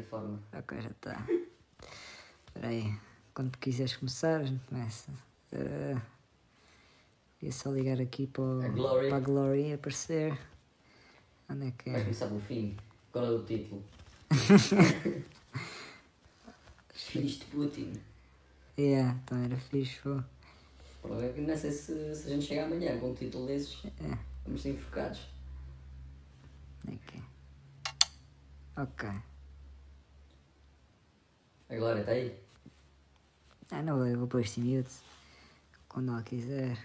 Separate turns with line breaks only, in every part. forma.
Ok, já está. tá. Espera aí. Quando quiseres começar, a gente começa. Eh, ia só ligar aqui para, o-
A Glory.
para a Glory aparecer. Onde é que
Vai
é?
começar pelo fim. Qual é o título? Os filhos de Putin.
Yeah, então era fixe. pô.
O problema é que não sei se, se a gente chega amanhã com um título desses. Vamos ser enforcados.
É, Onde é que é? Ok.
A Glória está aí?
Ah, não, eu vou pôr este em mute. Quando ela quiser.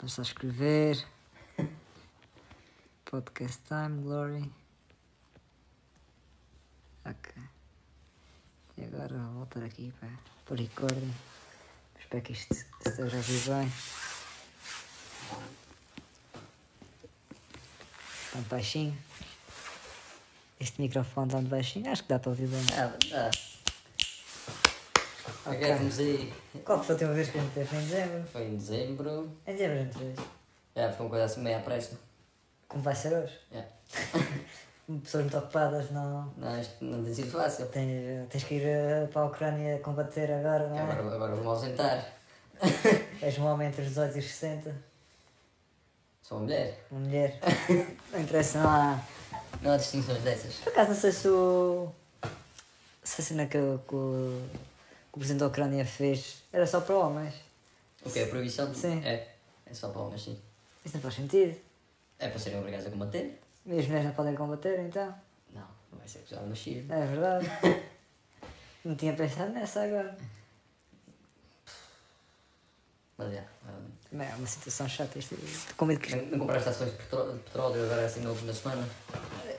Vou só escrever. Podcast Time Glory. Ok. E agora vou voltar aqui para, para o recording. Espero que isto esteja a ouvir bem. Tanto baixinho. Este microfone tanto baixinho. Acho que dá para ouvir bem.
Ah, dá.
Ok.
Ok, vamos aí.
Qual foi a última vez que a gente teve em dezembro?
Foi em dezembro.
Em dezembro a gente fez.
É, foi uma coisa assim meio à pressa.
Como vai ser hoje?
É.
Pessoas muito ocupadas, não.
Não, isto não tem sido fácil.
Tens, tens que ir eh, para a Ucrânia combater agora, não é?
Agora, agora vou-me ausentar.
És um homem entre os 18 e os 60,
Sou uma mulher.
uma mulher. não interessa, não há.
Não há distinções dessas.
Por acaso, não sei se o. Se a cena que, o- que o, que o presidente da Ucrânia fez era só para homens.
O que é a proibição? de-
Sim.
É. É só para homens, sim.
Isso não faz sentido.
É para serem obrigados a combater?
E as mulheres não podem combater, então.
Não, não vai ser acusado de machismo.
É verdade. não tinha pensado nessa agora.
Mas é. hum,
Não, É uma situação chata isto. Com medo que isto.
Não, não compraste ações de petro- de petróleo agora assim na última semana?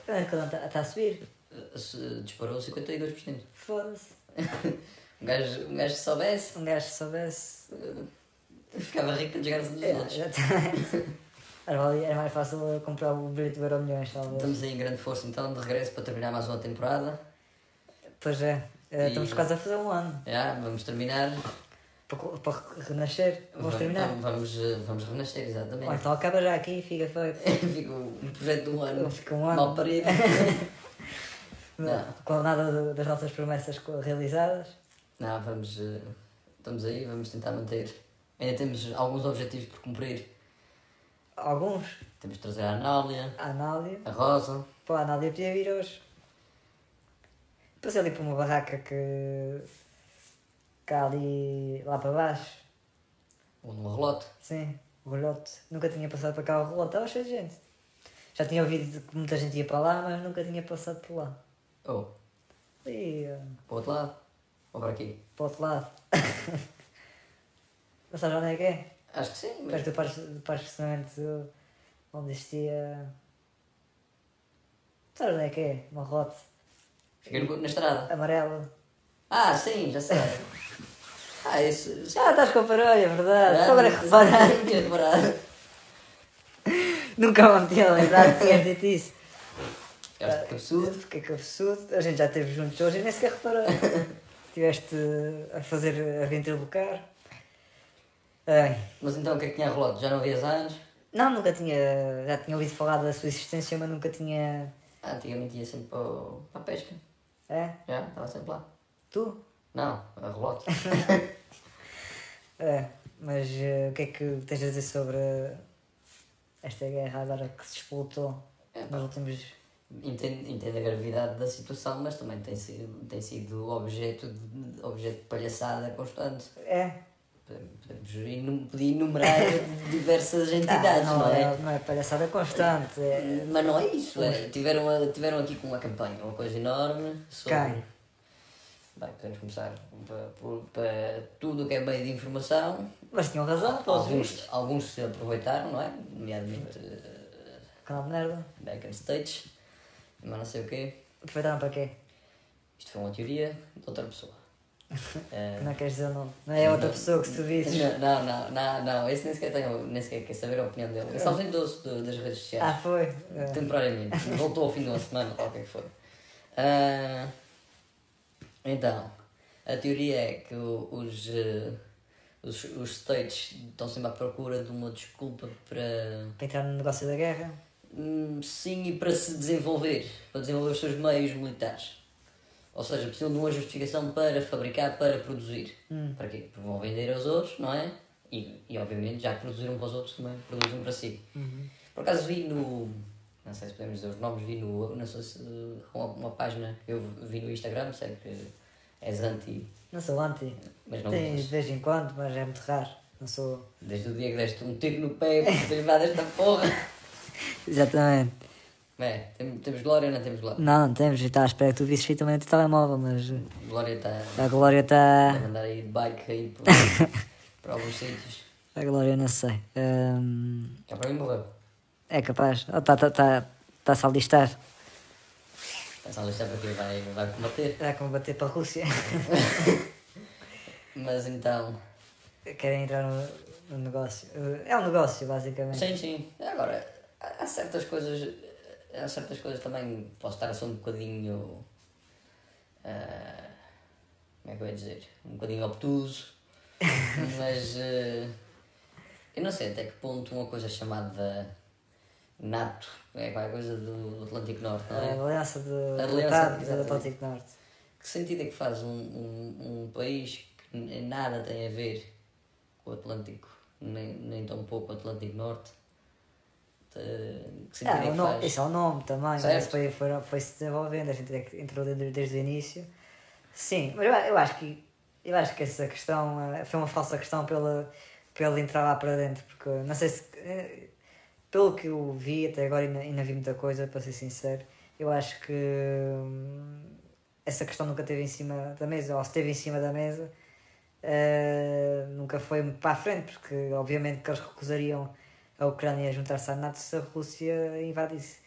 É, Está a subir.
Eh, se- Disparou 52%.
Foda-se.
Um gajo, um gajo que soubesse,
Se um gajo soubesse.
ficava rico de jogar dos
É,
outros.
exatamente. Era, vali- era mais fácil comprar o bilhete do Euro Milhões, talvez.
Estamos aí em grande força então, de regresso para terminar mais uma temporada.
Pois é. Eh,
E-
Estamos quase a fazer um ano.
Já, vamos terminar.
Para, co- para renascer. Vamos terminar.
Vamos, vamos, eh, vamos renascer,
Ou
exatamente.
então acaba já aqui e fica feito.
Fica um projeto de um ano.
Fica um ano.
Mal parido. Não.
Com nada do- das nossas promessas co- realizadas.
Não, vamos. eh, Estamos aí, vamos tentar manter. Ainda temos alguns objetivos por cumprir.
Alguns.
Temos de trazer a Anália,
A Anália.
a Rosa.
Pô, a Anália podia vir hoje. Passei ali para uma barraca que. cá ali. lá para baixo.
Ou num relote.
Sim, o relote. Nunca tinha passado para cá o relote, estava cheio de gente. Já tinha ouvido que muita gente ia para lá, mas nunca tinha passado por lá.
Ou
E eh,
para o outro lado. Ou para aqui.
para o outro lado. Não sabes onde é que é?
Acho que sim, mas.
Perto do parque, do parque de estacionamento do- onde existia. Sabes onde é que é? Uma rote
Fica no- na estrada.
amarela.
Ah, sim, já sei. Ah, isso. Já.
Ah, estás com parolha, é verdade. Só
Agora
agora que reparar.
não tinha reparado.
Nunca me tinha lembrado que tinhas dito isso.
Ficaste cabeçudo.
Fiquei cabeçudo. é A gente já esteve juntos hoje e nem sequer reparou. Estiveste a fazer, a ventrilocar. Ai.
Mas então o que é que tinha relote? Já não havias anos?
Não, nunca tinha. Já tinha ouvido falar da sua existência, mas nunca tinha.
Ah, antigamente ia sempre para, o- para a pesca.
É?
Já, estava sempre lá.
Tu?
Não, a relote.
É. Mas eh, o que é que tens a dizer sobre esta guerra agora que se disputou
É, pá.
nos últimos.
Entendo, entendo a gravidade da situação, mas também tem sido, tem sido objeto, de, objeto de palhaçada constante.
É?
Podemos enum- podia enumerar diversas entidades,
Ah,
não, é?
Não é palhaçada constante. É,
Mas não é isso. é, tiveram, a- tiveram aqui com uma campanha, uma coisa enorme sobre.
Quem?
Bem, podemos começar para, por- para tudo o que é meio de informação.
Mas tinham razão, todos.
Alguns, alguns se aproveitaram, não é? Nomeadamente eh,
Canal de merda.
American States, mas não sei o quê.
Aproveitaram um para quê?
Isto foi uma teoria de outra pessoa. Eh,
Não queres dizer o nome. Não é outra pessoa que se dizes.
não, não, não, não, esse nem sequer, tenho, nem sequer quer saber a opinião dele.
É.
Ele ausentou-se do- das redes sociais.
Ah, foi. É.
Temporariamente. Voltou ao fim de uma semana, qualquer que for. Ah, então, a teoria é que o- os, eh, os, os states estão sempre à procura de uma desculpa para.
Para entrar no negócio da guerra.
Hum, Sim, e para se desenvolver, para desenvolver os seus meios militares. Ou seja, precisam de uma justificação para fabricar, para produzir. Para quê? Porque vão vender aos outros, não é? E, e obviamente já que produziram para os outros também, produzem para si. Por acaso vi no. Não sei se podemos dizer os nomes, vi no. Não sei se. Uma, uma página que eu vi no Instagram, sei que és anti.
Não sou anti.
Mas não
Tem
gostas.
de vez em quando, mas é muito raro. Não sou.
Desde o dia que deste um tiro no pé por teres dado esta porra.
Exatamente.
É, tem- temos glória ou não temos glória?
Não, não temos. Está à espera que tu visses também do telemóvel, mas eh,
Glória tá está.
a Glória tá-
a
está.
andar aí de bike aí por- para alguns sítios.
A Glória, não sei. Hum,
Já para mim morreu.
é capaz. Está tá, tá, tá-se a listar.
Essa lista é para quem vai, vai combater.
Vai combater para a Rússia.
Mas então.
Querem entrar no, no negócio. Eh, É um negócio, basicamente.
Sim, sim. Agora, há há certas coisas. Há certas coisas também. Posso estar a ser um bocadinho. ah, como é que eu ia dizer? Um bocadinho obtuso. mas. ah, eu não sei até que ponto uma coisa chamada. NATO. É qualquer coisa do Atlântico Norte, não é?
A aliança do
A
do
aliança,
Tratado do
exatamente.
Atlântico Norte.
Que sentido é que faz um, um, um país que n- nada tem a ver com o Atlântico, nem, nem tão pouco com o Atlântico Norte? Te- Que sentido
Ah,
é que
o nome,
faz?
isso é o nome também, mas
Certo.
foi, foi, foi se desenvolvendo, a gente é que entrou desde, desde o início. Sim, mas eu, eu acho que eu acho que essa questão eh, foi uma falsa questão pela, pela entrar lá para dentro, porque não sei se eh, pelo que eu vi até agora e não- e não vi muita coisa, para ser sincero, eu acho que hum, essa questão nunca esteve em cima da mesa, ou se esteve em cima da mesa, eh, nunca foi muito para a frente, porque obviamente que eles recusariam a Ucrânia juntar-se à NATO se a Rússia invadisse,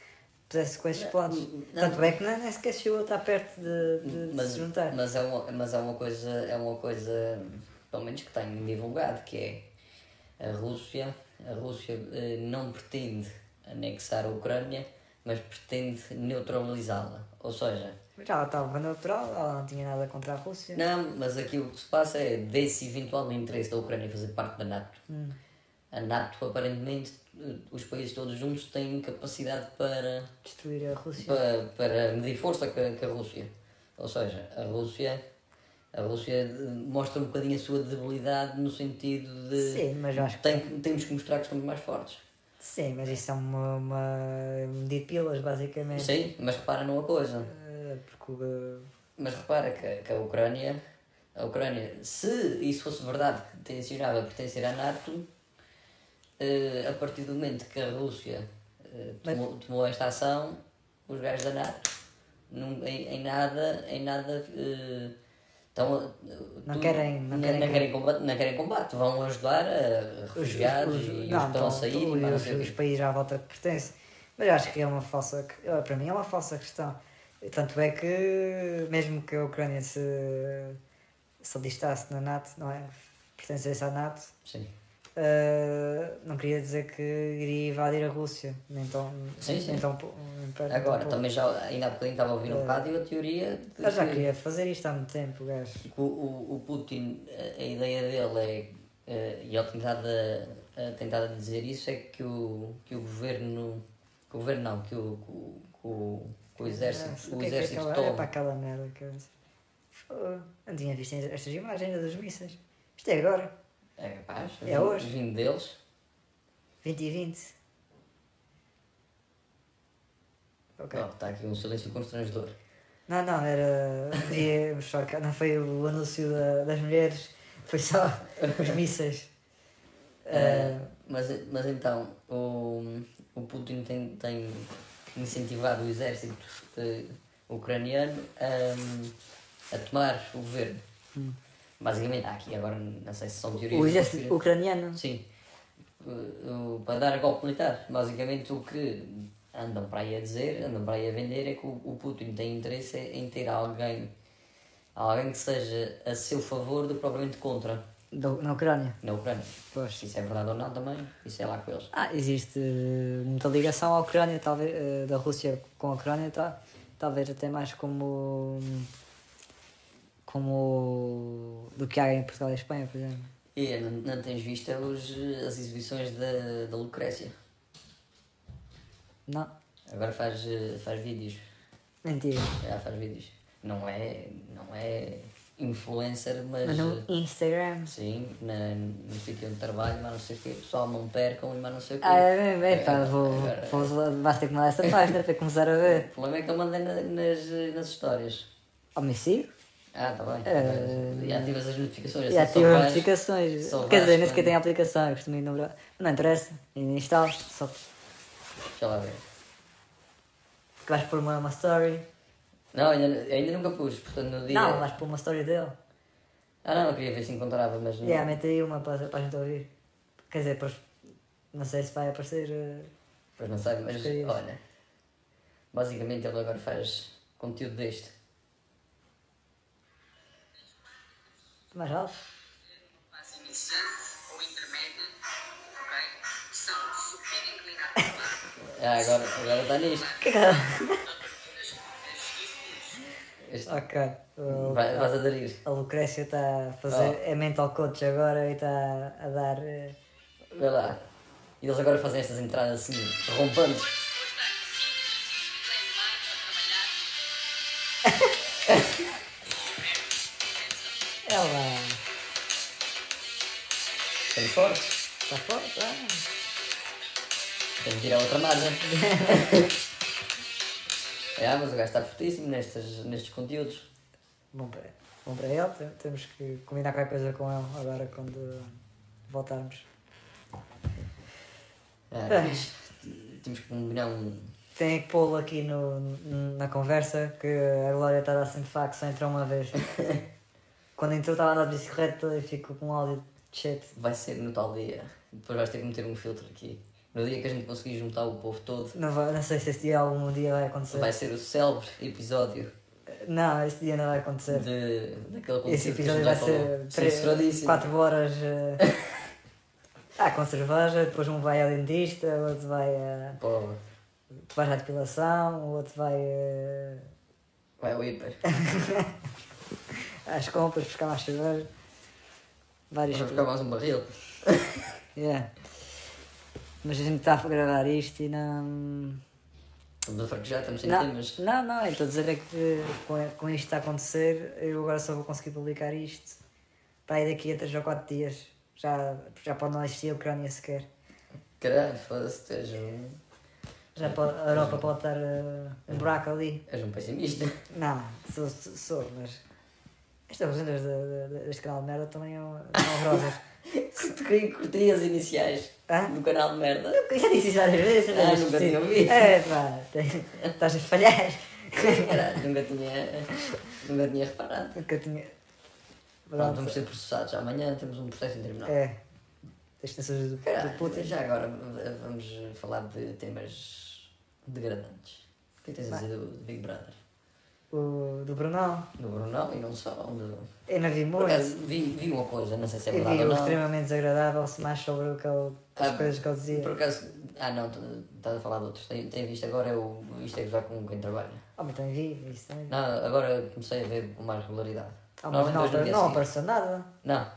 pusesse com esses planos.
não.
Tanto é que nem, nem sequer chegou a estar perto de, de- de
mas,
se juntar.
mas é uma, mas é uma coisa, é uma coisa, pelo menos que tenho divulgado, que é a Rússia, a Rússia eh, não pretende anexar a Ucrânia, mas pretende neutralizá-la. Ou seja,
Mas ela estava neutral, ela não tinha nada contra a Rússia.
Não, mas aqui o que se passa é desse eventual interesse da Ucrânia fazer parte da NATO.
Hum.
A NATO, aparentemente, eh, os países todos juntos têm capacidade para,
Destruir a Rússia.
para, para medir força com a, com a Rússia. Ou seja, a Rússia, a Rússia eh, mostra um bocadinho a sua debilidade no sentido de
Sim, mas eu acho que.
tem que- temos que mostrar que somos mais fortes.
Sim, mas isso é uma, uma medir pilas, basicamente.
Sim, mas repara numa coisa.
Eh, Porque o- ah,
Mas repara que, que a Ucrânia, a Ucrânia, se isso fosse verdade que tencionava pertencer à NATO, eh, a partir do momento que a Rússia eh,
Mas-
tomou, tomou esta ação, os gajos da NATO num- em, em nada, em nada eh, estão a-
Não
tu-
querem- não querem que-
combate, não querem combate, vão ajudar a refugiados e os que estão
então,
a sair
tu-
e
e
mais não
os,
sei o
os
quê.
países à volta que pertencem. Mas eu acho que é uma falsa. que- eh, Para mim é uma falsa questão. Tanto é que, mesmo que a Ucrânia se, se alistasse na NATO, não é? Pertencesse à NATO,
Sim.
Uh, não queria dizer que iria invadir a Rússia, nem tão.
Sim, sim.
Nem tão, pou- nem perto, nem
Agora,
tão pouco.
também já ainda há bocadinho estava a ouvir no
Eh,
rádio a teoria de
Eu já
que-
queria fazer isto há muito tempo, gajo.
O, o, o Putin, a, a ideia dele é, eh, e ele tem estado a- a, tem estado a dizer isso, é que o, que o governo, que o governo não, que o, que o, que o, que o exército,
Ah,
o
que é que
exército
aquela- É
toma.
para aquela merda, cara. Fogo. Não tinha visto estas imagens dos mísseis. Isto é agora,
É capaz,
É hoje.
vindo deles.
2020. Ok.
Não, está aqui um silêncio constrangedor.
Não, não, era. Devia me chocar. Não foi o anúncio da- das mulheres, foi só os mísseis.
Eh, mas, mas então, o, o Putin tem, tem incentivado o exército eh, ucraniano ah, a, a tomar o governo. Basicamente, há aqui agora, não sei se são teorias.
Hum. O
da
exército
conspiração.
ucraniano.
Sim. O- o- para dar golpe militar. Basicamente o que andam para aí a dizer, andam para aí a vender, é que o, o Putin tem interesse em ter alguém, alguém que seja a seu favor do que propriamente contra
da- Na Ucrânia.
na Ucrânia.
Pois.
Se isso é verdade ou não também, isso é lá com eles.
Ah, existe eh, muita ligação à Ucrânia, talvez eh, da Rússia com a Ucrânia, tá, talvez até mais como como do que há em Portugal e Espanha, por exemplo.
E não, eh, não tens visto os, eh, as exibições da, da Lucrécia?
Não?
Agora faz, eh, faz vídeos.
Mentira.
Já faz vídeos. Não é, não é influencer, mas.
Mas no
eh,
Instagram.
Sim, na, no sítio onde trabalho, mas não sei o quê. Pessoal, não percam e mas não sei o quê.
Ah, é mesmo? É, pá,
Agora-
vou,
agora-
vou, vou, vais ter que mandar essa página para começar a ver. Oh,
O problema é que eu mandei na- nas, eh, nas histórias.
Homicídio?
Ah, tá bem.
Eh,
Já ativas as notificações.
Já
assim, só
tive
vais-
notificações.
só é?
Quer dizer,
vais
nem sequer
quando-
tem aplicação, eu costumo ignorar. Não interessa, instalo, só que
Deixa lá ver.
vais pôr uma, uma story.
Não, ainda, ainda nunca pus, portanto no dia.
Não, vais pôr uma story dele.
Ah, não, eu queria ver se encontrava, mas não.
Yeah, mete aí uma para, para a gente ouvir. Quer dizer, pois, não sei se vai aparecer. eh,
Pois não sabe, mas
Queria.
olha. Basicamente ele agora faz conteúdo deste.
mais alto.
fase iniciante ou intermédia, ok? Que são super inclinadas para o lado.
Ah, agora, agora está nisto. Este-
Ah, Ok. O-
vai- vais aderir.
A Lucrécia está a fazer. É mental coach agora e está a dar. eh,
Vê lá. E eles agora fazem estas entradas assim, rompantes.
Ela.
Estamos fortes.
Está tá forte, ah.
Temos de ir à outra margem. é, mas o gajo está fortíssimo nestes, nestes conteúdos.
Bom para, bom para ele. tem- Temos que combinar qualquer coisa com ele agora quando voltarmos.
Ah,
Ah.
temos- Temos que combinar um.
Tem que pô-lo aqui no, n- na conversa que a Glória está a dar sempre faco, só entrou uma vez. Quando entrou estava a andar de bicicleta e fico com um áudio de shit.
Vai ser no tal dia. Depois vais ter que meter um filtro aqui. No dia que a gente conseguir juntar o povo todo,
Não, vai- não sei se esse dia algum dia vai acontecer.
vai ser o célebre episódio
Não, esse dia não vai acontecer.
de, daquele conteúdo
Esse
que a
episódio
gente
vai
já falou.
ser
Censuradíssimo.
4 horas eh, ah, com cerveja, depois um vai ao dentista, o outro vai a.
Pô,
Tu vais à depilação, o outro vai eh,
vai ao hiper.
É. às compras buscar mais cerveja. Várias
Vamos buscar mais um barril.
Yeah. Mas a gente está a gravar isto e não.
Estamos a fraquejar, estamos sem
Não,
temas.
não, não, eu estou a dizer é que com, com isto a acontecer, eu agora só vou conseguir publicar isto para aí daqui a 3 ou 4 dias. Já, já pode não existir a Ucrânia sequer.
Caralho, foda-se, tu és um,
Já pode, a Europa pode estar eh, um buraco ali.
és um pessimista.
Não, sou, sou, sou, mas. Estas legendas de- de- deste canal de merda também são são horrorosas.
Curti, curti as iniciais
Hã?
do canal de merda.
Eu já disse isso várias vezes.
Ah,
mas
nunca
sim.
tinha ouvido.
É, pá, tem- estás a falhar.
Caralho, nunca tinha, nunca tinha reparado.
Nunca tinha.
Pronto, vamos ser processados. Amanhã temos um processo em tribunal.
É. Tens tensões do, do
Caralho,
Putin.
já agora v- vamos falar de temas degradantes. O que tens a dizer do, do Big Brother?
O, do Brunão.
Do Brunão e não só. Do...
Eu não vi
Por
muito.
acaso, vi, vi uma coisa, não sei se é
eu
verdade
vi
ou
o
não.
extremamente desagradável, se mais sobre o que ele, as
Ah,
coisas que ele dizia.
Por acaso, ah não, tu- estás a falar de outros. Tem, tem visto agora, eu, isto é gozar com quem trabalha.
Oh, mas também vi isso também.
Não, agora comecei a ver com mais regularidade.
Ah, mas
Normalmente
não,
hoje no
apare-
dia
não
seguinte.
apareceu nada.
Não.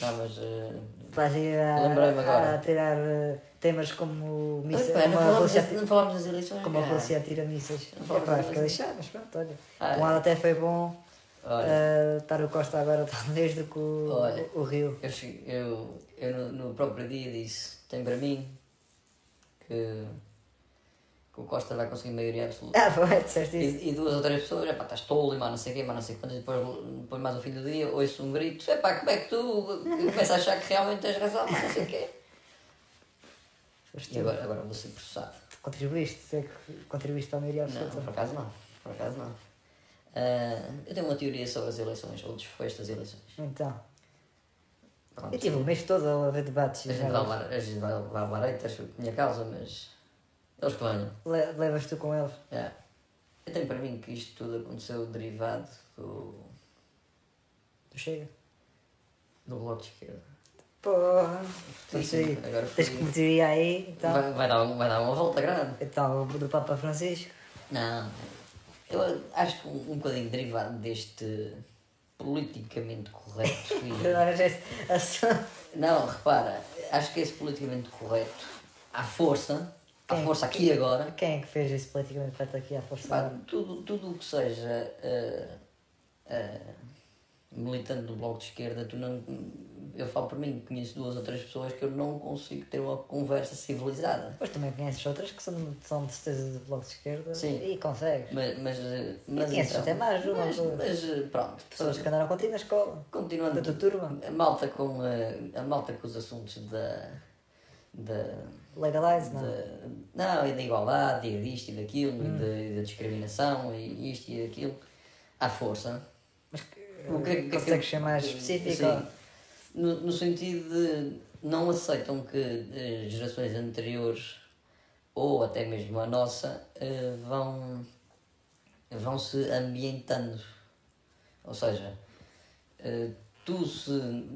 Não, mas. eh,
Estás aí
Lembrei-me
a,
agora.
a tirar eh, temas como missa,
epá, não,
como, a
falámos
Rússia,
das, não falámos das eleições.
é
Ah,
como a
cara.
Rússia atira mísseis.
Não falámos
Epá,
das
fica
eleições.
lixado, mas pronto, olha.
Ah,
um lado até foi bom.
Olha,
eh, estar o Costa agora talvez do que o,
Olha.
o Rio.
eu, che- eu, eu no, no próprio dia disse: tem para mim que, que o Costa vai conseguir maioria absoluta.
Ah, foi, disseste isso.
E, e duas ou três pessoas, epá, estás tolo e mais não sei o quê, mais não sei quantas, e depois, depois mais um fim do dia, ouço um grito, epá, como é que tu começas a achar que realmente tens razão, mais não sei o quê.
Foste
E agora, agora vou ser processado.
Contribuíste, sei que contribuíste para a maioria
Não,
absoluta.
por acaso não. Por acaso não. Ah, eu tenho uma teoria sobre as eleições, ou desfecho das eleições.
Então,
Pronto,
eu tive um o mês todo a ver debates.
a
e
gente vai
merdas.
levar, a gente vai levar vareitas por minha causa, mas eles que venham.
Le- Levas tu com eles.
É. Eu tenho para mim que isto tudo aconteceu derivado do,
Tu chega.
do bloco de esquerda.
Porra.
Sim,
Isso aí.
agora
Tens
fui-
que me teoria aí. Então,
Vai, vai, dar, um, vai dar uma volta grande.
então o do Papa Francisco.
Não, eu acho que um, um bocadinho derivado deste politicamente correto e
Agora já é assunto.
Não, repara, acho que esse politicamente correto, à força, à força aqui e agora.
Quem é que fez isso politicamente correto aqui à força?
Pá, tudo, tudo o que seja eh, eh, militante do Bloco de Esquerda, tu não, eu falo por mim, conheço duas ou três pessoas que eu não consigo ter uma conversa civilizada.
Mas também conheces outras que são, são de certeza do Bloco de Esquerda
Sim.
e consegues.
Mas, mas, eh, mas
conheces até mais uma
mas,
ou duas.
mas, eh, pronto,
Pessoas que andaram contigo na escola.
Continuando.
Da tua turma.
A malta com, eh, a, malta com os assuntos da. da.
Legalize, não?
da- não, e da igualdade, e disto e daquilo,
Hum.
e da, e da discriminação, e isto e aquilo, à força.
Mas que,
O que- que-
consegues
que-
Eh, ser mais específico?
Sim. No, no sentido de não aceitam que eh, gerações anteriores ou até mesmo a nossa eh, vão, vão se ambientando. Ou seja, eh, tu se,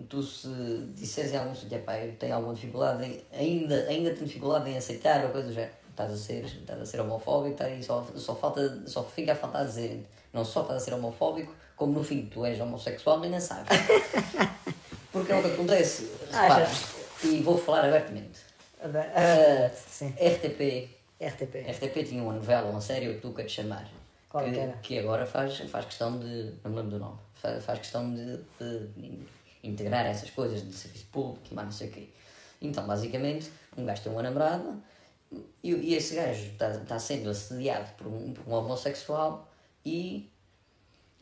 tu se disseres em algum sítio, "Epá, eu tenho alguma dificuldade, em- ainda, ainda tenho dificuldade em aceitar ou coisa do género. Estás a ser, estás a ser homofóbico, estás aí, só, só, falta, só fica a faltar dizer, não só estás a ser homofóbico, como no fim tu és homossexual, nem nem sabes. Porque é o que acontece.
Ah,
Repara,
já.
e vou falar abertamente.
Ah, bem, ah, sim.
RTP,
RTP.
RTP tinha uma novela, uma série, o que tu queres chamar.
Qual
que,
que era?
que agora faz, faz questão de. Não me lembro do nome. fa- Faz, questão de, de integrar essas coisas de serviço público e mais não sei o quê. Então, basicamente, um gajo tem uma namorada e, e esse gajo está tá sendo assediado por um, por um homossexual e.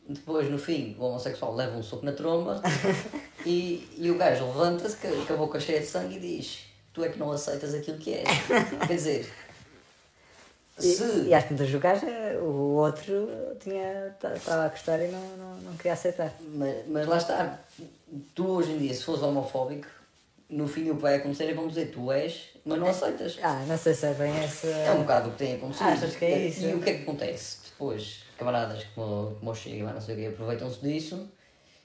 Depois, no fim, o homossexual leva um soco na tromba e, e o gajo levanta-se com a- com a boca cheia de sangue e diz: Tu é que não aceitas aquilo que és. Quer dizer, se.
E, e às tantas do gajo, o outro estava a gostar e não, não, não queria aceitar.
Mas, mas lá está, tu hoje em dia, se fores homofóbico, no fim o que vai acontecer é que vão dizer tu és, mas não aceitas.
Ah, não sei se é bem essa.
É um bocado o que tem acontecido.
Achas que é isso?
E o que é que acontece? Depois, camaradas como, como o Chega e mais não sei o quê aproveitam-se disso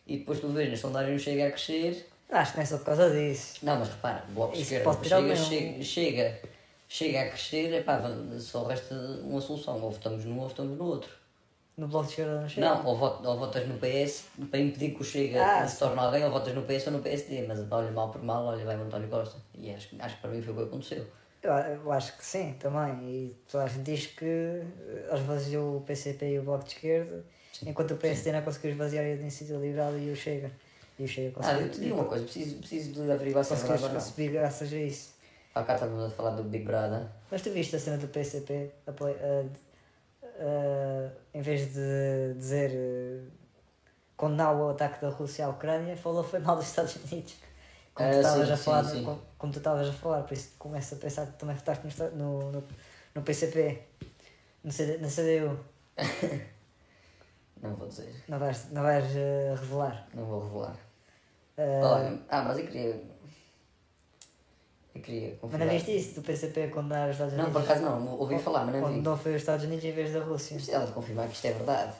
e depois tu vês nas sondagens o Chega a crescer.
Acho que não é só por causa disso.
Não, mas repara, o Bloco de
Isso
Esquerda
pode tirar
chega,
o meu.
chega, chega, chega a crescer, epá, só resta uma solução, ou votamos num ou votamos no outro.
No Bloco de Esquerda não chega.
Não, ou, voto- ou votas no PS para impedir que o Chega
Ah,
se torne alguém, ou votas no PS ou no PSD, mas olha mal por mal, olha vai o António Costa. E acho, acho que para mim foi o que aconteceu.
Eu, eu acho que sim, também. E toda a gente diz que eh, esvaziou o PCP e o Bloco de Esquerda, enquanto o PSD não conseguiu esvaziar a Iniciativa Liberal e o Chega. E o Chega
Ah, eu te digo
conseguiu.
uma coisa, preciso, preciso de averiguar se é
conseguiu
verdade ou não.
subir graças a isso.
Há cá estávamos a falar do Big Brother.
Mas tu viste a cena do PCP, apoio, ah, de- ah, em vez de dizer eh, condenar o ataque da Rússia à Ucrânia, falou foi mal dos Estados Unidos. Como, tu
Ah,
estavas
sim,
a
sim,
falar,
sim.
Como, como tu estavas a falar, por isso começo a pensar que também votaste no, esta- no, no, no PCP, no CD, na CDU.
Não vou dizer,
Não vais, não vais eh, revelar.
não vou revelar.
Ah,
Olha, ah, mas eu queria. Eu queria
mas
confirmar.
não viste isso do PCP condenar os Estados
Não,
Unidos?
por acaso não, ouvi falar, mas não vi.
Condenou foi os Estados Unidos em vez da Rússia.
Precisava de confirmar que isto é verdade.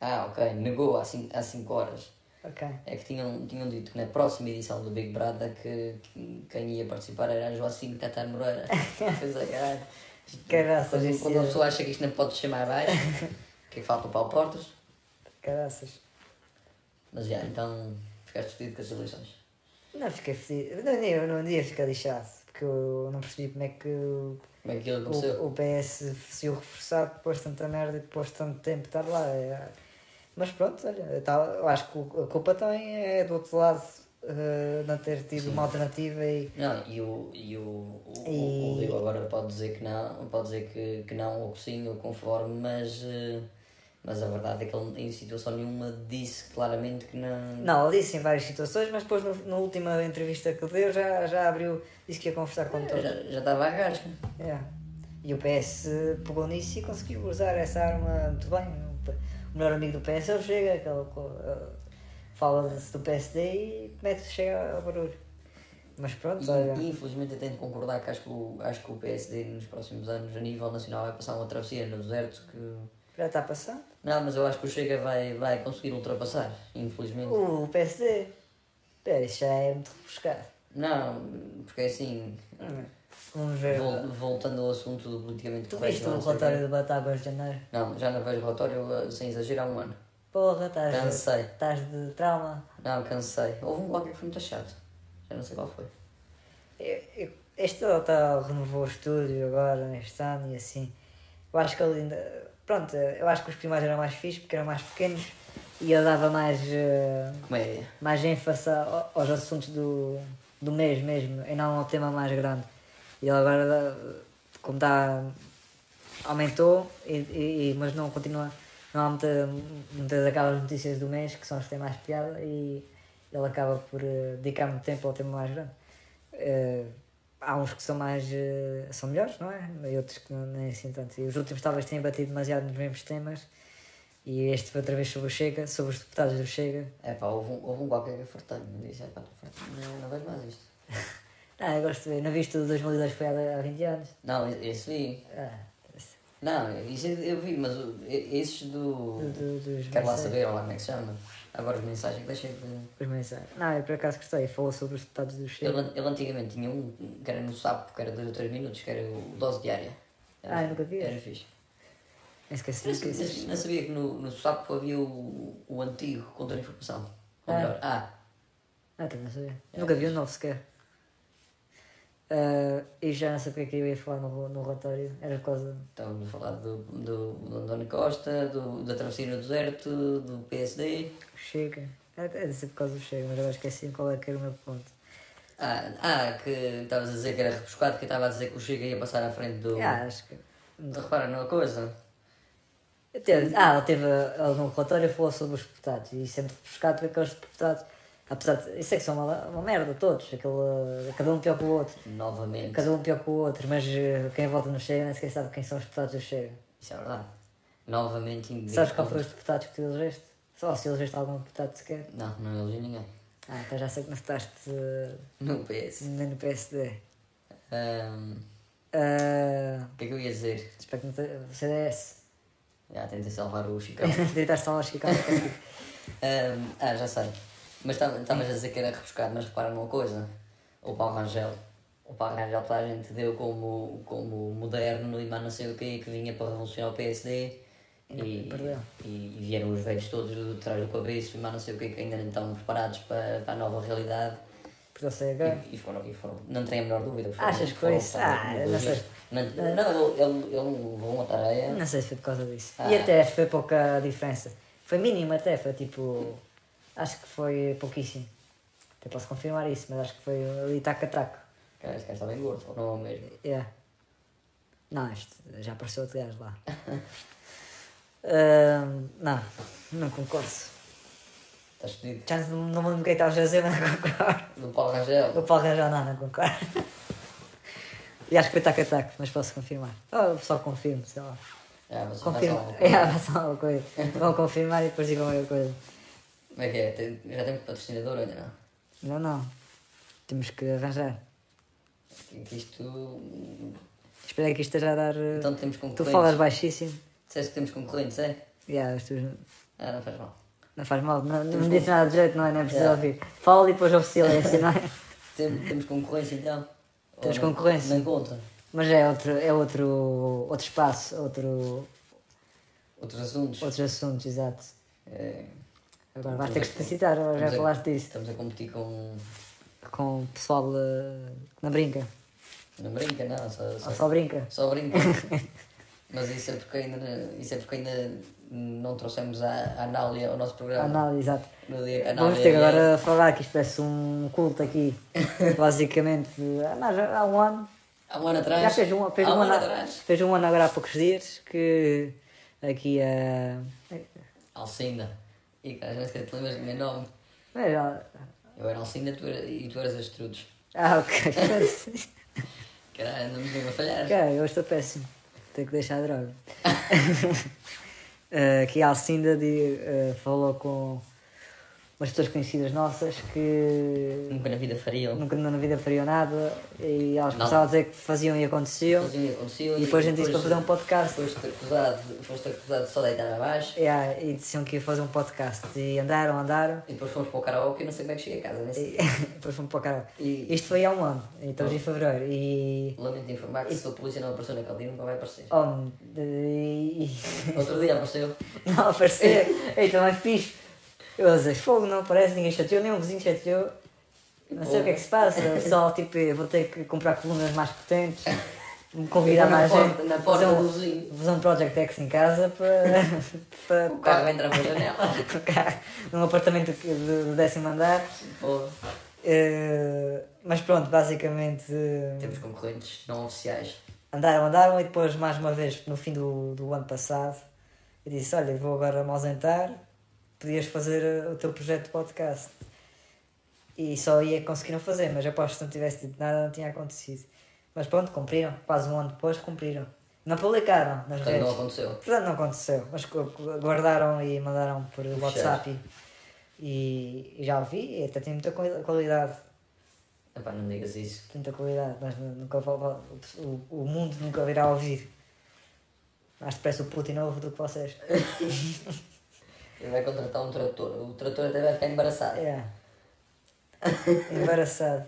Ah, ok, negou há 5 horas.
Ok.
É que tinham, tinham dito que na próxima edição do Big Brother que, que quem ia participar era a Joacine Catar Moreira. Pois é, caralho.
Caraças,
Quando-
isso
Quando a
é-
pessoa acha que isto não pode chamar baixo, que é que falta o Paulo Portas.
Caraças.
Mas já, então ficaste fedido com as eleições.
Não fiquei fedido. Não, nem eu não ia ficar lixado, porque eu não percebi como é que o,
Como é que aquilo aconteceu?
o, o PS se o reforçar depois de tanta merda e depois de tanto tempo estar lá. É- Mas pronto, olha, eu tava- eu acho que o- a culpa também é do outro lado eh, não ter tido uma alternativa e.
Não, Ah, e o, e o, o,
E-
o Rio agora pode dizer que não, pode dizer que, que não, ou que sim, ou conforme, mas, eh, mas a verdade é que ele em situação nenhuma disse claramente que não.
Não, ele disse em várias situações, mas depois no- na última entrevista que deu já, já abriu, disse que ia conversar com todos.
É, Então Já, já estava a rasca.
Yeah. É. E o PS pegou nisso e conseguiu usar essa arma muito bem. O P- O melhor amigo do PS é o Chega, que ele co- eh, fala-se do PSD e mete o Chega ao barulho. Mas pronto, olha.
E, infelizmente eu tenho de concordar que acho que, o, acho que o PSD nos próximos anos a nível nacional vai passar uma travessia no deserto que.
Já está passando.
Não, mas eu acho que o Chega vai, vai conseguir ultrapassar, infelizmente.
O PSD. Pera, isso já é muito rebuscado.
Não, porque é assim,
Hum. Vamos ver.
vol- voltando ao assunto do politicamente
Tu
correto.
viste o
não sei
relatório
quê.
do Batáguas de Janeiro?
Não, já não vejo relatório eu, sem exagero há um ano.
Porra, estás
Cansei.
estás de trauma.
Não, cansei. Houve um qualquer que foi muito chato. Já não sei qual foi.
Eu, eu, Este ele tá, renovou o estúdio agora, neste ano e assim. Eu acho que ele ainda. Pronto, eu acho que os primeiros eram mais fixos porque eram mais pequenos e ele dava mais. eh,
Comédia.
mais ênfase ao- aos assuntos do, do mês mesmo, e não ao tema mais grande. E ele agora, dá- como está, aumentou, e, e- e- mas não continua. Não há muita, muitas daquelas notícias do mês que são as que têm mais piada e ele acaba por eh, dedicar muito tempo ao tema mais grande. Eh, há uns que são mais. eh, são melhores, não é? E outros que não, nem assim tanto. E os últimos talvez tenham batido demasiado nos mesmos temas. E este foi outra vez sobre o Chega, sobre os deputados do Chega.
É pá, houve um, houve um qualquer que eu fartei. Me disse, é pá, não, não vejo mais isto.
Ah, eu gosto de ver. Não viste o 2002 foi há há 20 anos?
Não, esse vi.
Ah,
Não, isso eu eu vi, mas o- e- esses do.
do, do, dos
Quero lá
mensagens.
saber, olha lá como é que se chama. Agora as mensagens, deixa de.
Os mensagens. Não, eu por acaso gostei. Falou sobre os deputados do Chile.
Ele, ele antigamente tinha um que era no sapo, que era 2 ou 3 minutos, que era o dose diária. Era
Ah,
fi-
eu nunca vi
Era
esse.
fixe.
Não esqueci.
Mas
esqueci.
mas não sabia que no, no sapo havia o, o antigo contra a informação. Ou
Ah.
melhor, ah,
Ah, também não sabia.
É.
Nunca vi o novo sequer. Ah, e já não sei porque é que eu ia falar no, no relatório. Era por causa.
estávamos a falar do, do, do António Costa, do, da travessia no deserto, do PSD.
do Chega. Era era de ser por causa do Chega, mas agora esqueci qual é que era o meu ponto.
Ah, ah que estavas a dizer que era rebuscado, que eu estava a dizer que o Chega ia passar à frente do.
Ah, acho que.
Repara numa coisa.
Teve- Ah, ele teve ele num relatório falou sobre os deputados e sempre buscado por aqueles deputados. Apesar de. Isso é que são uma, uma merda todos, aquele, cada um pior que o outro.
Novamente.
Cada um pior que o outro, mas eh, quem vota no Chega nem sequer sabe quem são os deputados do Chega.
Isso é verdade. Novamente indignante.
um. Sabes qual foram os deputados que tu elegeste? Só se elegeste algum deputado sequer.
Não, não elegi ninguém.
Ah, então já sei que não votaste eh,
No PS.
nem no PSD.
Ahm,
Ah,
o que é que eu ia dizer?
espero que não te... o CDS.
Já tentei salvar o Chicão.
Deitaste só lá Chicago.
Ahm, ah, já sei. Mas estava- estavas a dizer que era rebuscado, mas repara numa coisa. O Paulo Rangel. O Paulo Rangel toda a gente deu como, como moderno e mais não sei o quê, que vinha para revolucionar o PSD. E,
Perdeu.
e- e vieram os velhos todos de trás do cabeço e mais não sei o quê, que ainda não estavam preparados para, para a nova realidade.
Porque eu sei agora.
E, e foram, e foram. Não tenho a menor dúvida. Foram,
É. Achas que
foram-
foi isso?
foram-
Ah,
foram-
não sei.
Não, não, ele, ele, ele levou uma tareia.
Não sei se foi por causa disso.
Ah.
E até acho que foi pouca diferença. Foi mínima até, foi tipo. Acho que foi pouquíssimo. Até posso confirmar isso, mas acho que foi ali taco a taco.
Cara, este cara está bem gordo, ou não é o mesmo?
Yeah. Não, este, já apareceu outro gajo lá. Ahm, não, não concordo.
Estás fedido.
Já não, não me lembro o que é que estavas a dizer, mas não concordo.
Do Paulo Rangel.
O Paulo Rangel não, não concordo. E acho que foi taco a taco, mas posso confirmar. Ou só confirmo, sei lá.
Ah, mas
Confirmo.
mas só-
É, vai só alguma coisa. Vão confirmar e depois digam alguma coisa.
Como é que é? Tem- já temos patrocinador ainda não?
Não, não. Temos que arranjar.
Que, que isto.
Espero que isto esteja a dar. eh,
Então temos
tu
concorrentes.
falas baixíssimo.
Disseste que temos concorrentes, é?
Yeah, os teus-
Ah, não faz mal.
Não faz mal, não, não me disse nada de jeito, não é? Não é preciso
Yeah.
ouvir. Fala e depois ouve silêncio, não é?
Tem- temos concorrência então? Ou
Temos
não-
concorrência.
Não conta.
Mas é outro, é outro, outro espaço, outro,
Outros assuntos.
outros assuntos, exato.
É,
Agora vais ter que explicitar, agora já
estamos a-
falaste disso.
Estamos a competir com. um-
Com o pessoal eh, que não brinca,
Não brinca, não, só,
ou
só,
só brinca.
só brinca. Mas isso é porque ainda, isso é porque ainda não trouxemos a, a Anália ao nosso
Ah,
programa.
É, não, exato.
No dia que a
Vamos
Anália
ter
vier.
agora a falar que isto parece um culto aqui. Basicamente, há mais- há um ano.
Há um ano atrás.
Já fez um, fez
há
um ano,
atrás.
fez um ano agora há poucos dias que aqui a.
Alcinda. E cara, já nem sequer te lembras do meu nome.
Mas, ah,
Eu era Alcinda tu era- e tu eras Astrudos.
ah, ok.
Caralho, andamos mesmo a falhar.
ok, eu estou péssimo. Tenho que deixar a droga. Ah, que a Alcinda de- ah, falou com umas pessoas conhecidas nossas que
Nunca na vida fariam.
nunca na vida fariam nada e elas
Não.
começavam a dizer que faziam e aconteciam.
Fazia- acontecia
E depois a gente disse para fazer um podcast.
Foste acusado, de- foste acusado de só deitar abaixo.
Yeah, e diziam que ia fazer um podcast. E andaram, andaram.
E depois fomos para o karaoke e não sei como é que cheguei a casa. nem sei.
E depois fomos para o caralho.
E-
Isto foi há um ano, e estamos em fevereiro. E.
Lamento informar que se a polícia não apareceu naquele dia, nunca vai aparecer.
Oh, e... e-
Outro dia apareceu.
não apareceu. então é fixe. Eu usei fogo, não aparece, ninguém chateou, nem um vizinho chateou. Não sei o que é que se passa, o pessoal, tipo, eu vou ter que comprar colunas mais potentes, me convidar
Na
mais
porta-
gente.
na porta
fazer um-
do vizinho.
Fazer um Project X em casa para.
O carro entra pela janela.
para cá, num apartamento que- do do décimo andar.
Ou
Eh, mas pronto, basicamente. eh,
temos concorrentes não oficiais.
Andaram, andaram e depois, mais uma vez, no fim do, do ano passado, eu disse: Olha, vou agora me ausentar, podias fazer eh, o teu projeto de podcast. E só ia conseguiram fazer, mas aposto que se não tivesse dito nada, não tinha acontecido. Mas pronto, cumpriram, quase um ano depois, cumpriram. Não publicaram nas
Portanto, Então, não
redes.
aconteceu.
Portanto, não aconteceu, mas gu- gu- guardaram e mandaram por WhatsApp e, e já ouvi, e até tem muita quali- qualidade
Epá, não digas isso.
tanta qualidade, mas nunca vou- vou- o, o mundo nunca virá a ouvir. Mais depressa o Putin ouve do que vocês.
Ele vai contratar um trator. O trator até vai ficar embaraçado.
É. Embaraçado.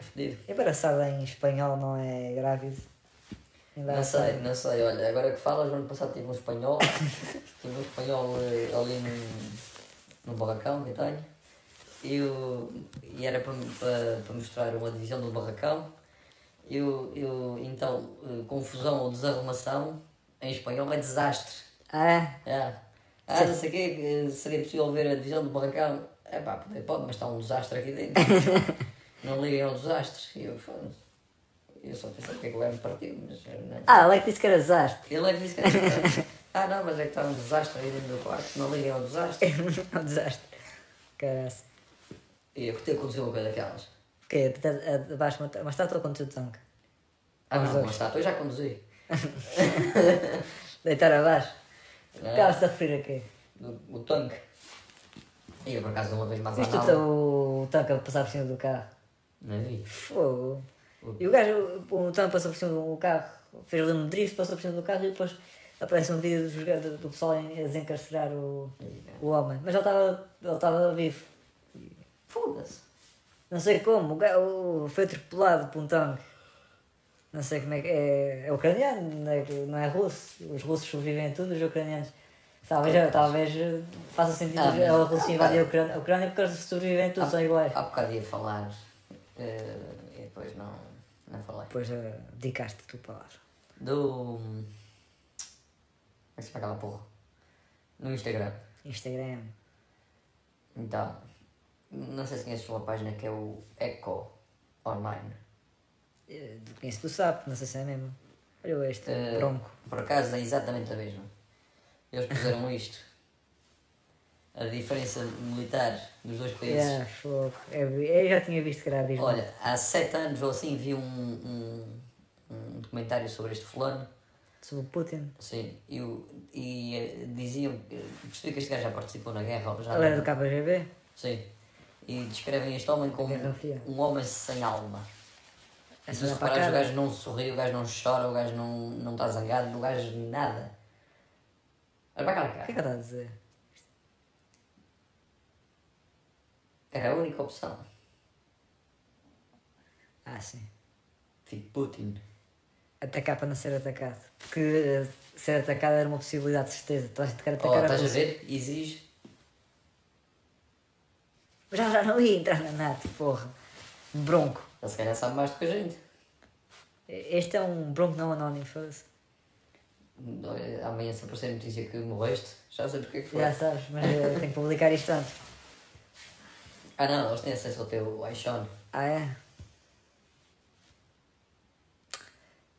Fudido.
Embaraçado em espanhol não é grávido.
Não sei, não sei, olha, agora que falas, no ano passado tive um espanhol, tive um espanhol eh, ali no, no barracão que eu tenho, eu, e era para, para, para mostrar uma divisão do barracão, eu, eu então, eh, confusão ou desarrumação, em espanhol é desastre,
Ah, é?
é. ah, não sei o quê, que seria possível ver a divisão do barracão, é pá, pode, pode, mas está um desastre aqui dentro, não liguem ao desastre, e eu, foda-se. eu só pensei que é que o governo partiu, mas eh, não.
Ah, Alec disse que era desastre.
Ele é que disse que era Ah não, mas é que está um desastre aí dentro do quarto, não liguem ao desastre.
É um desastre. Caraca.
E eu que ter acontecido uma coisa daquelas.
O quê? Tá- a- Abaixo uma, uma estátua contra o tanque.
Ah não,
dois.
uma estátua, eu já conduzi.
Deitar abaixo.
Não.
Acabas-te a referir a quê?
O, o né? tanque. E eu por acaso uma vez mais à
Viste o,
nau.
teu- o tanque a passar por cima do carro?
Não vi.
Fogo. E o gajo, o Tom passou por cima do carro, fez ali um drift, passou por cima do carro e depois aparece um vídeo dos joga- do, do pessoal em- a desencarcerar o, o homem. Mas ele estava ele estava vivo.
Foda-se.
Não sei como, o gajo foi atropelado por um tanque. Não sei como é que é. É ucraniano, não é, não é russo. Os russos sobrevivem a tudo, os ucranianos. Talvez, talvez eh, faça sentido
Ah, mas- Ah,
a Rússia invadir a Ucrânia, a Ucrânia porque eles sobrevivem a tudo, são iguais.
Há bocado ia falar eh, e depois não, não falei.
Depois eh, dedicaste a tua palavra.
Do. Como é que se chama aquela porra? No Instagram.
Instagram.
Então, não sei se conheces uma página que é o Echo Online.
Eh, do- Conheço do sapo, não sei se é mesmo. Olha este,
Eh,
bronco.
Por acaso é exatamente a mesma. Eles puseram isto. A diferença militar dos dois países.
Yeah, fogo. Eu, vi- é, eu já tinha visto que era abismo.
Olha, há sete anos ou assim vi um, um, um documentário sobre este fulano.
Sobre o Putin.
Sim, e, o- e eh, diziam. que- Percebi que este gajo já participou na guerra. ou Já
Ele era do KGB?
Sim. E descrevem este homem como
Guerra Fria.
um homem sem alma.
É
Se
só
tu
dar pra
reparares, o
cara.
gajo não sorri, o gajo não chora, o gajo não, não está zangado, o gajo nada. Olha para aquela
O que é que
cara.
ele está a dizer?
Era a única opção.
Ah, sim.
Tipo Putin.
Atacar para não ser atacado. Porque eh, ser atacado era uma possibilidade, de certeza. Toda a gente quer
Oh,
atacar a
estás a
Rússia.
ver? Exige.
Já, já não ia entrar na NATO, porra. Bronco.
Ele se calhar sabe mais do que a gente.
Este é um bronco não anónimo, foda-se.
Olha, Amanhã se aparecer notícia que morreste, já sei porque é que foi.
Já sabes, mas eh, tenho que publicar isto antes.
Ah não, eles têm acesso ao teu iPhone.
Ah, é?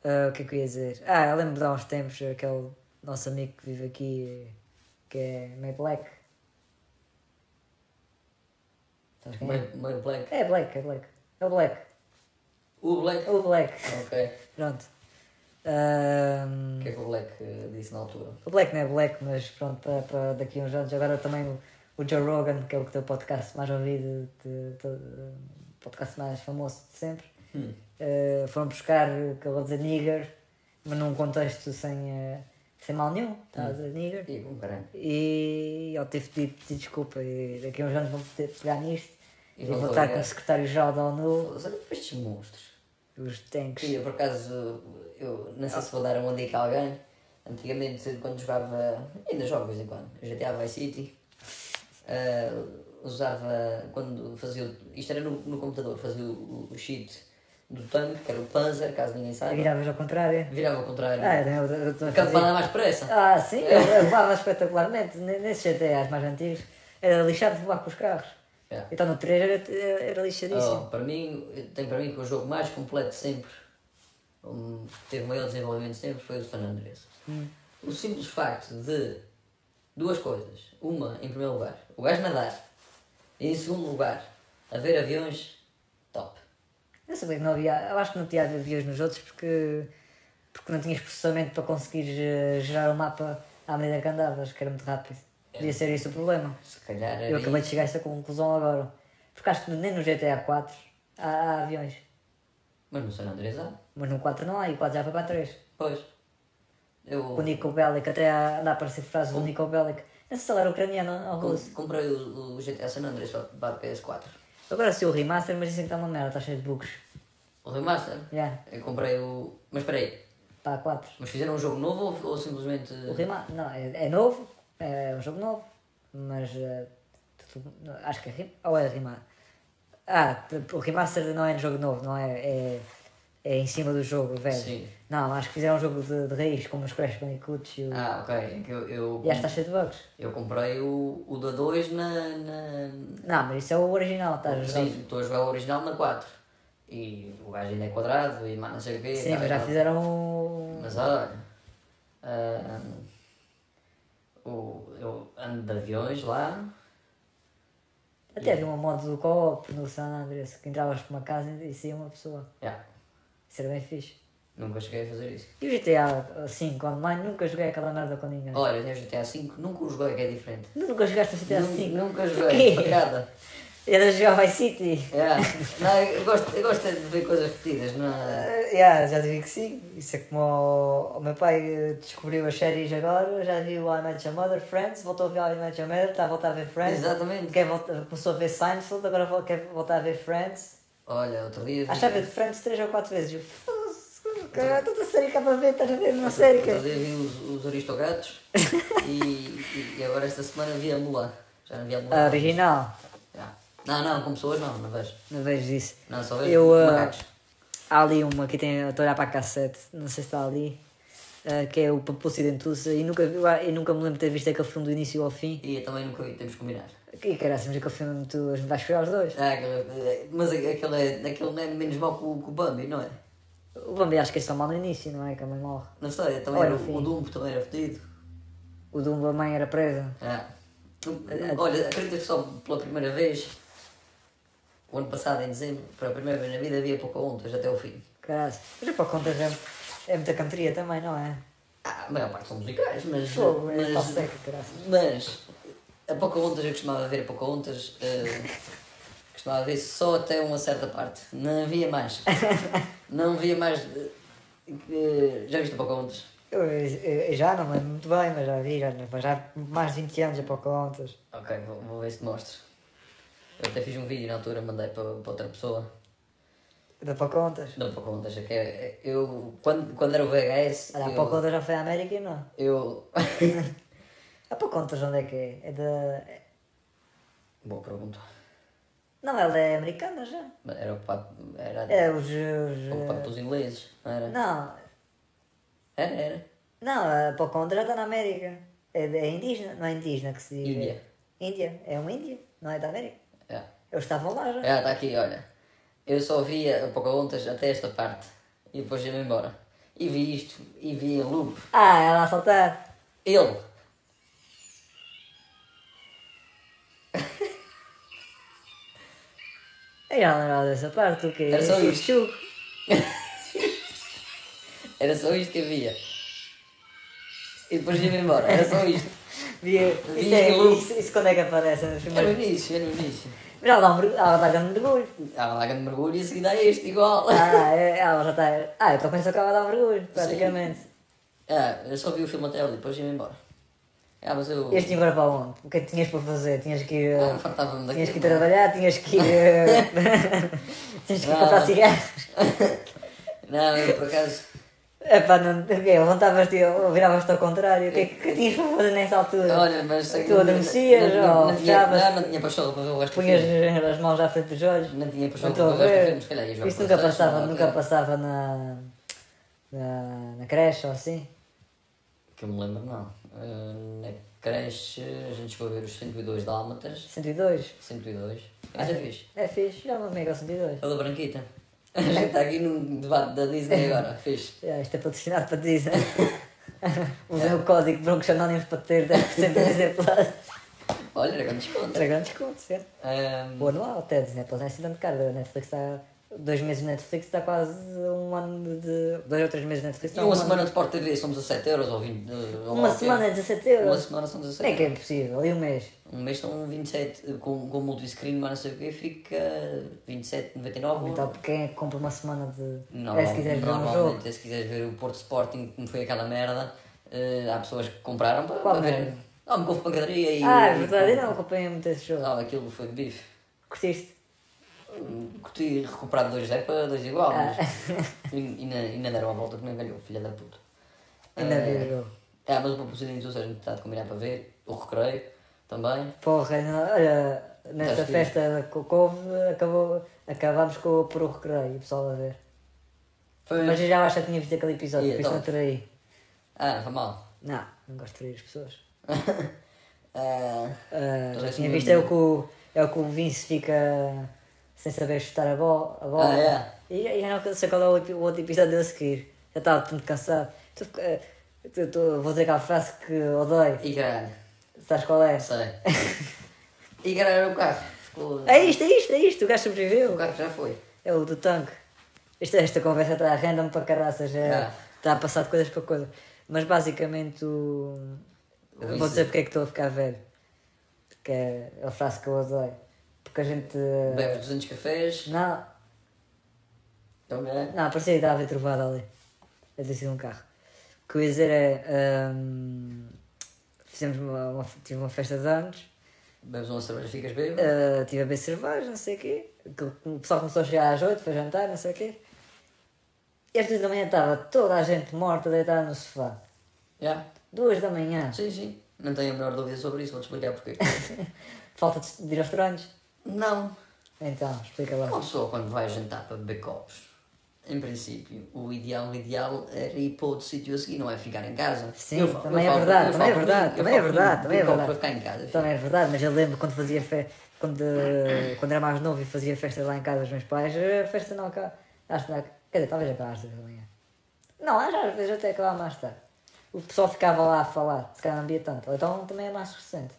Ah, o que é que eu ia dizer? Ah, eu lembro de há uns tempos aquele nosso amigo que vive aqui que é meio black. Sabes quem é?
Meio meio black.
É black, é black. É o black.
O black.
É o black.
Ok.
Pronto. Ah, Ahm,
O que é que o black eh, disse na altura?
o black não é black, mas pronto, para, para daqui a uns anos. Agora também o, o Joe Rogan, que é o que tem o podcast mais ouvido, de, de- de- podcast mais famoso de sempre.
Hum.
Uh, foram buscar o que eu vou dizer nigger, mas num contexto sem, uh, sem mal nenhum, estava a
Hum.
dizer nigger.
E com caramba.
E ele teve de pedir, pedir desculpa, e daqui a uns anos vão poder pegar nisto
E
e,
vão
voltar
trabalhar.
como secretário-geral da ONU,
Olha para estes monstros.
os tanques.
Sim, eu por acaso, eu não sei se vou dar uma dica a alguém. Antigamente, quando jogava, ainda jogo de vez em quando, GTA Vice City, eh, usava, quando fazia, o- isto era no, no computador, fazia o, o cheat do tanque, que era o Panzer, caso ninguém saiba,
Viravas ao contrário.
virava ao contrário.
Ah, eu, eu, eu, eu,
Ficava para dar mais pressa.
Ah, sim, eu, eu levava espetacularmente. Ne- Nesses GTAs mais antigos era lixado de voar com os carros.
Yeah.
Então no 3 era, era lixadíssimo.
É. Oh, para mim, tem para mim que o jogo mais completo sempre, um, que teve o maior desenvolvimento sempre, foi o San Andreas. O simples facto de duas coisas. Uma, em primeiro lugar, o gajo nadar. E em segundo lugar, haver aviões, top.
Eu sabia que não havia. Eu acho que não tinha aviões nos outros porque, porque não tinhas processamento para conseguir eh, gerar o mapa à medida que andavas, que era muito rápido.
É.
Podia ser esse o problema.
Se calhar
Eu
era
acabei de chegar a esta conclusão agora. Porque acho que nem no GTA 4 há, há aviões.
Mas no San Andrés há.
Mas no 4 não há, e o 4 já foi para 3.
Pois. Eu
O Nico Bellic, até há- anda a aparecer frases do Nico Bellic. Não sei se ele era ucraniano ou
com-
russo.
comprei o, o GTA San Andrés para, para o PS4.
Agora se o remaster, mas então dizem que está uma merda, está cheio tá de bugs.
O remaster.
Yeah.
Eu comprei o... Mas espera aí.
Está tá a 4.
Mas fizeram um jogo novo ou, ou simplesmente...
O remaster, não, é, é novo, é um jogo novo, mas eh, tudo- não, acho que é rem- ou é remaster. Ah, t- o remaster não é jogo novo, não é, é, é em cima do jogo, velho.
Sim.
Não, acho que fizeram um jogo de, de raiz, como os Crash Bandicoot e o...
Ah, ok. É que Eu, eu,
E acho que está cheio de bugs.
eu comprei o, o da 2 na... na...
Não, mas isso é o original, estás a jogar.
Sim, estou a jogar o original na 4. E o gajo ainda é quadrado e mais não sei o quê.
Sim,
tá,
mas já
tá.
fizeram um...
Mas olha... ah, o, eu ando de aviões lá...
Até havia um modo do co-op no San Andreas, que entravas por uma casa e saía uma pessoa.
Yeah.
Isso era bem fixe.
Nunca cheguei a fazer isso.
E o GTA V online nunca joguei aquela merda com ninguém.
Olha, eu tenho GTA V, nunca o joguei, que é diferente.
Nunca jogaste o GTA
Nun-
V.
Nunca joguei,
Porquê?
pegada.
Era jogar Vice City.
É. Não, eu gosto, eu gosto é de ver coisas repetidas, não é?
Ah, yeah, já te vi que sim. Isso é como o, o meu pai eh, descobriu as séries agora, já viu o I Met Your Mother, Friends, voltou a ver o I Met Your Mother, está a voltar a ver Friends.
Exatamente.
Quer volta- começou a ver Seinfeld, agora vol- quer voltar a ver Friends.
Olha, outro dia. vi-
Acho que já viu Friends 3 ou 4 vezes. Eu, "Foda-se, cara, toda a série acaba a ver, estás a ver uma série, é-" cara.
Outro dia vi os, os Aristogatos e, e- e agora esta semana vi a Mulan. Já não vi a Mulan.
A original,
Já. Não, não, como pessoas não, não vejo.
não vejo isso.
Não, só vejo
Eu, ah,
macacos.
há ali uma que tem, eu estou a olhar para a cassete, não sei se está ali, ah, que é o Papuço e Dentuça, e nunca, vi- eu nunca me lembro de ter visto aquele filme do início ao fim.
E eu também nunca vi, temos que combinar.
E caralho, mas aquele filme é tu me vais chorar os dois.
Ah, aquele, mas a- aquele, é- aquele não é menos mau que o, que o Bambi, não é?
O Bambi acho que é só mal no início, não é? Que a mãe morre.
Não sei, também
Olha,
era,
sim.
o Dumbo também era fedido.
O Dumbo, a mãe era presa.
Ah.
É,
Olha, acreditas que só pela primeira vez, o ano passado, em dezembro, pela primeira vez na vida, havia Pocahontas até o fim.
Caralho. Mas é para contas, é, é muita cantoria também, não é?
Ah, a maior parte são musicais, mas.
Fogo, é pau
mas,
seca, caralho.
mas a Pocahontas, eu costumava ver a Pocahontas, eh, costumava ver só até uma certa parte. Não havia mais. Não havia mais. eh, que- já viste a Pocahontas?
Eu, eu- eu já não me lembro muito bem, mas já vi, já, mas já há mais de 20 anos a pouco contas.
Ok, vou, vou ver se te mostro. Eu até fiz um vídeo na altura, mandei para, para outra pessoa.
Da Pocahontas.
Não, Pocahontas, é que é- eu, quando, quando era o VHS,
Olha, a
eu,
Pocahontas já foi à América e não.
eu...
A Pocahontas onde é que é? É da...
Boa pergunta.
Não, ela é americana já.
Era o papo, era
É os... os
o papo
eh,
dos ingleses, não era?
não,
Era, era.
não, a Pocahontas já está na América. É, é indígena, não é indígena que se diz.
Índia.
Índia, é uma Índia, não é da América.
É,
Eles estavam lá já.
está tá aqui, olha. Eu só via a Pocahontas até esta parte e depois ia-me embora. E vi isto, e vi a loop.
Ah, ela a saltar.
Ele!
Eu já não lembrava dessa parte, o quê?
Era só
Esse
isto.
chuco.
Era só isto que havia. E depois ia-me embora, era só isto.
Via- Isso, é-
Via o-
isso, isso quando é que aparece nos
Era o
primeiros...
início, era o início.
Mas ela dá um mergulho, ela dá grande mergulho.
Ah, lá grande mergulho e a seguir dá este igual.
Ah, é- ela já está... Ah, eu estou a pensar que ela dá um mergulho, praticamente.
Ah, eu só vi o filme até ali, depois ia-me embora. Ah, mas eu.
Ias-te embora para onde? O que é que tinhas para fazer? Tinhas que ir.
Ah,
eh,
fartava-me
tinhas que ir
daquilo.
trabalhar, tinhas que ir. eh, tinhas que ir
Ah.
comprar cigarros.
não, eu por acaso.
É pá, não. o quê? Levantavas-te, ou viravas-te ao contrário. O que é que que tinhas para fazer nessa altura?
Olha, mas. eh, sei que
Tu
não-
adormecias
não- não-
ou
não tinha-
fechavas?
Não, não tinha pastola para ver o resto do
Punhas
filme.
as mãos à frente dos olhos.
Não tinha
Não
pastola
estou
para
a
ver o resto do
ver.
filme, se calhar ia jogar
Isso
com
nunca
vocês,
passava,
não,
nunca
ok.
passava na, na, na creche ou assim.
Que eu me lembro, não. Eh, na creche, a gente chegou a ver os 102 Dálmatas.
102.
102. Mas é fixe.
É fixe, já não me ao 102.
A da Branquita. A gente está aqui no debate da Disney agora, fixe.
Já, isto é patrocinado para Disney. Usei É o código Broncos Anónimos para ter 10% de Disney Plus.
Olha, era grande desconto. Eh,
Era grande desconto, certo?
Ahm,
O anual até Disney Plus não é assim tanto caro. A Netflix está. Dois meses de Netflix está quase um ano de. Dois ou três meses de Netflix
e
está um
uma
ano.
semana de Sport TV são 17 euros ou 20. eh, ou
Uma
qualquer.
semana é 17 euros.
Uma semana são 17
Nem que é impossível. E um mês.
Um mês são 27 eh, com, com multiscreen, mas não sei o quê, fica 27,99.
Então, quem é que compra uma semana de.
Normal-
é se quiseres ver um jogo.
normalmente, se quiseres ver o Porto Sporting, como foi aquela merda, eh, há pessoas que compraram para,
Qual
para ver.
merda?
Não, me couve pancadaria e.
Ah, é verdade. Eu não acompanhei muito esse jogo.
Não, aquilo foi de bife.
Curtiste?
Hum, Curti recuperar de 2-0 para 2 igual,
Ah.
mas. e, e na- e na deram a volta que nem ganhou, filha da puta.
Ainda
Eh,
vi o jogo.
É, mas o Propositinho, ou seja, está a combinar para ver, o recreio também.
Porra, não, olha, nesta
Estás
festa que houve, acabou, acabámos com, por o recreio, e o pessoal a ver.
Foi.
Mas eu já acho que tinha visto aquele episódio,
E
por isso
então?
não traí.
Ah, foi mal.
Não, não gosto de trair as pessoas.
Ah,
Ah,
Então
já
já
tinha
tinha
visto, é o, que o, é o que o Vince fica sem saber chutar a bola. A bola.
Ah, é?
E já- e já não sei qual é o, epi- o outro episódio a seguir. Já estava tanto cansado. Tu, eh, tu- tu- vou dizer aquela frase que odeio.
e caralho,
Sabes qual é?
sei. e caralho era o carro. Ficou-
É isto, é isto, é isto, o gajo
O
sobreviveu.
carro já foi.
É o do tanque. Esta, esta conversa está random para caraças, é,
Ah.
está a passar de coisas para coisas. Mas basicamente o.
O
Vou
Vince.
dizer porque é que estou a ficar velho. Que é a frase que eu odeio. Porque a gente.
Bebe 200 cafés.
Não,
Então, é.
não, parecia que estava a ver trovada ali. A ter sido um carro. O que eu ia dizer é. hum, fizemos uma, uma, tive uma festa de anos.
Bebes uma cerveja, ficas bêbado.
Uh, tive a beber cerveja, não sei o quê. Que- O pessoal começou a chegar às 8 para jantar, não sei o quê. E às 2 da manhã estava toda a gente morta deitada no sofá. É.
Já?
2 da manhã.
Sim, sim. Não tenho a menor dúvida sobre isso, vou-te explicar porquê.
Falta de ir aos tronos.
Não.
Então, explica lá.
Uma pessoa quando vai jantar para beber copos, em princípio, o ideal, o ideal era ir para outro sítio a seguir, não é ficar em casa.
Sim,
falo-
também é
falo-
verdade,
eu
também é
falo por mim,
verdade,
eu
também é
falo por mim,
verdade, também é
beber copo
verdade.
para ficar em casa.
Também é verdade, mas eu lembro quando fazia fe... quando, eh, quando era mais novo e fazia festa lá em casa dos meus pais, eh, festa não acaba. Acho que não acaba. Quer dizer, talvez acabe às 2 da manhã. Não, às às vezes até acabava mais tarde. O pessoal ficava lá a falar, se calhar não havia tanto. Ou então também é mais recente.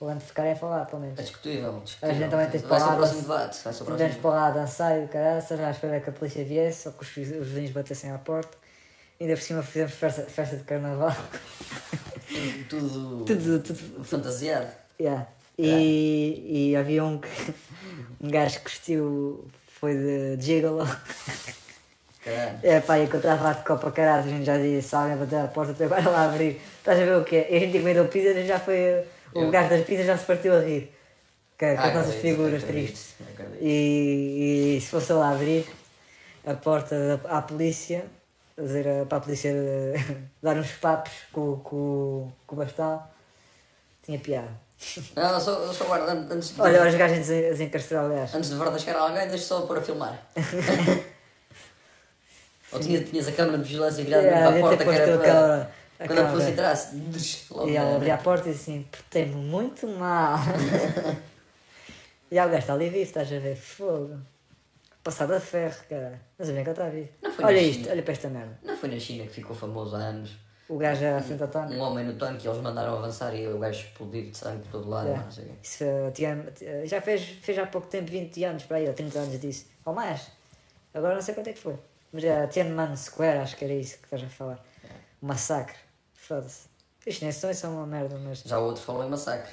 O ano de ficar é falar, pelo menos.
É discutível, discutível.
A gente também tem de
Vai ser o
falar,
próximo
se-
debate, vai ser o
Tivemos
próximo.
para lá a dançar e o caraças, à espera que a polícia viesse, ou que os vi- os vizinhos batessem à porta. Ainda por cima fizemos festa, festa de carnaval.
Tudo,
tudo, tudo.
fantasiado.
Yeah. E, e havia um, que, um gajo que vestiu, foi de gigolo.
Caralho.
É pá, encontrava a de copa caralho, a gente já disse, se alguém bater a porta, tu agora lá abrir. Estás a ver o que é? E a gente encomendou pizza, a gente já foi. O
Eu-
gajo das pizzas já se partiu a rir. Com, com
Ah,
as nossas
acredito,
figuras
acredito,
tristes.
acredito.
E, e se fosse lá abrir a porta da- à polícia, a dizer a- para a polícia eh, dar uns papos com, o- com, o- com o bastão, tinha piada.
Não, eu só, eu só guardo an- antes de,
Olha, os gajos a desen- a desencarcerar o gajo.
antes de verdascar alguém, deixa só pôr a filmar. Ou tinha, tinhas a câmara de vigilância virada
É,
para a
devia
porta
ter
que era
posto
para.
aquela-
Quando
aquela-
a polícia entrasse, drrr, logo.
E ela
na-
abria a porta e disse assim, portei-me muito mal. e aí o gajo está ali vivo, estás a ver fogo. Passado a ferro, cara. Mas bem que ele está vivo.
Não foi
Olha
na
isto,
China.
olha para esta merda.
Não foi na China que ficou famoso há anos.
O gajo é era frente ao tanque.
Um homem no tanque, eles mandaram avançar e o gajo explodiu de sangue por todo lado.
Yeah.
Não sei. o quê.
Isso, eh, tinha- eh, já fez, fez há pouco tempo 20 anos para aí, ou 30 anos disso. Ou mais. Agora não sei quanto é que foi. Mas era Tiananmen Square, acho que era isso que estás a falar.
É.
O massacre. Foda-se. é Os chineses também são uma merda, mas
Já o outro falou em massacre.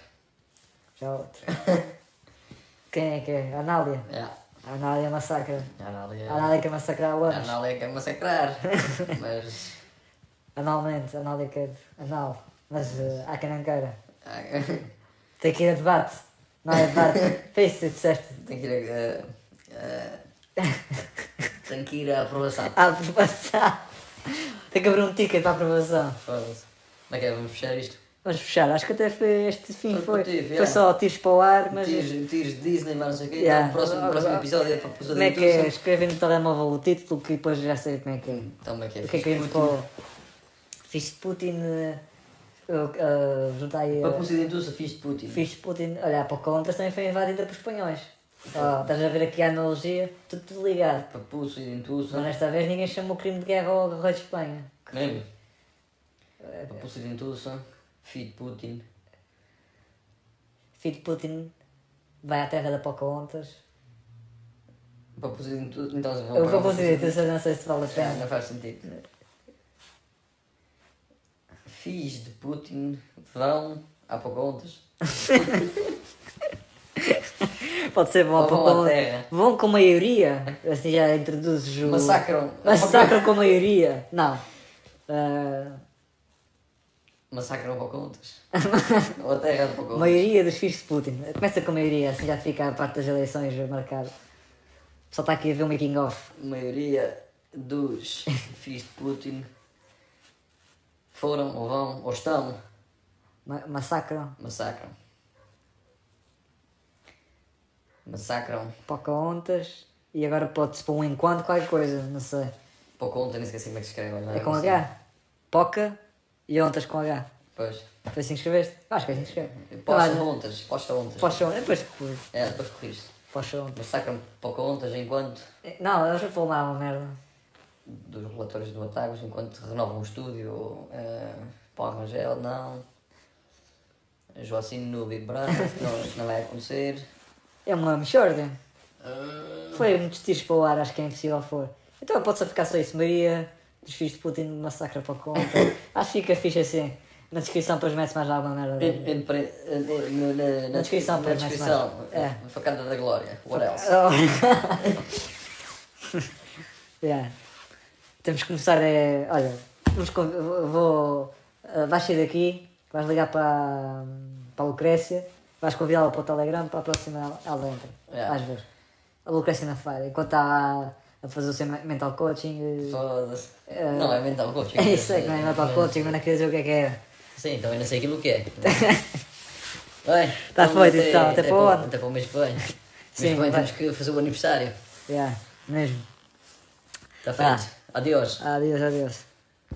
já há outro. Quem é que é? A Anália.
Yeah.
A Anália massacra.
Anália.
A Anália quer massacrar o ano.
Anália quer massacrar. Mas.
Analmente, Anália quer. Anal. Mas eh, há quem não queira.
ah,
Tem que ir a debate. Não é debate. Foi isso que tu disseste.
Tem que ir a. a- a- Tem que ir à aprovação.
A aprovação. Tem que abrir um ticket para a aprovação.
Foda-se. Como é que é? Vamos fechar isto?
Vamos fechar, acho que até foi este fim.
Foi é.
Foi,
curtido,
foi
yeah.
só tiros para o ar, mas. é- eh,
Tiros, tiros de Disney, mas não sei o quê.
Yeah.
Então, o próximo, o próximo episódio é para pessoa
Como é que é? Escrevem no telemóvel o título que depois já sei como é que é.
Então, como é que é?
O que é que é
Fiz
para o. Fiz de Putin. eh, eu, eh, Juntei.
Para
eh,
que o Ocidente usa fiz de Putin.
Fiz de Putin. Olha, para Contras também foi invadida pelos espanhóis. Oh, estás a ver aqui a analogia? Tudo, tudo ligado.
Para que o Ocidente
Mas
usa.
desta vez ninguém chamou crime de guerra ao rei de Espanha.
Mesmo?
É,
Para que o Ocidente usa. Fiz de Putin.
Filho de Putin vai à terra da Pocahontas.
Para que o Ocidente usa. Então, vamos
Eu
para
vou fazer isso, eu não sei se vale a
Ah,
pena.
Não faz sentido. Fiz de Putin vão a Pocahontas.
Pode ser bom
Ou vão à terra.
Pocahontas. Vão com maioria. Assim já introduzes o.
Massacram.
Massacram com maioria. Não. Ah,
Massacram Pocahontas. Ou a terra de Pocahontas.
maioria dos filhos de Putin. Começa com maioria, assim já fica a parte das eleições marcada. Só está aqui a ver o making off.
maioria dos filhos de Putin foram ou vão ou estão
Ma massacram
massacram. Massacram.
Pocahontas. E agora pode-se pôr um enquanto qualquer coisa, não sei.
Pouco ontem nem esqueci como é que se escreve. olha,
É com
não sei.
H. Poca e ontas com H.
Pois.
Foi assim que escreveste? Acho que é assim que escreveste.
Posta ontas, posta ontas.
Poxa, depois depois-
É, depois corriste.
poxa ontem.
Massacram pouco ontem enquanto
Não, eles já falaram uma merda.
dos relatórios do Atagos, enquanto renovam o estúdio. eh, Paulo Rangel, não. Joacim Nube e Braga, não, não vai acontecer.
É uma mexorda.
Ah,
Foi muitos tiros para o ar, acho que é impossível for. Então pode só ficar só isso. Maria, dos filhos de Putin, massacra para a conta. acho que fica fixe assim. Na descrição depois mete mais alguma merda.
Em- em pre- em- em- no- na, na-
Na descrição,
na
pelo menos,
descrição.
mais. É.
Facada da Glória. What else?
yeah. Temos que começar a. Olha, vamos con- vou. vou- eh, vais sair daqui, vais ligar para, para a Lucrécia, vais convidá-la para o Telegram, para a próxima ela entra.
Yeah.
Vais ver. A Lucrécia na falha, enquanto está a fazer o seu me- mental coaching. eh,
Foda-se. Não, é mental coaching.
É isso aí, que não é mental coaching, mas não queria dizer o que é que é.
Sim, também não sei aquilo que é. Bem,
Tá
então,
feito, então, até para o ano.
Até para o mês que vem.
Sim,
Sim, mês que vem
vai.
temos que fazer o aniversário.
Yeah, mesmo. Tá.
Está feito. Adeus.
Adeus, adeus.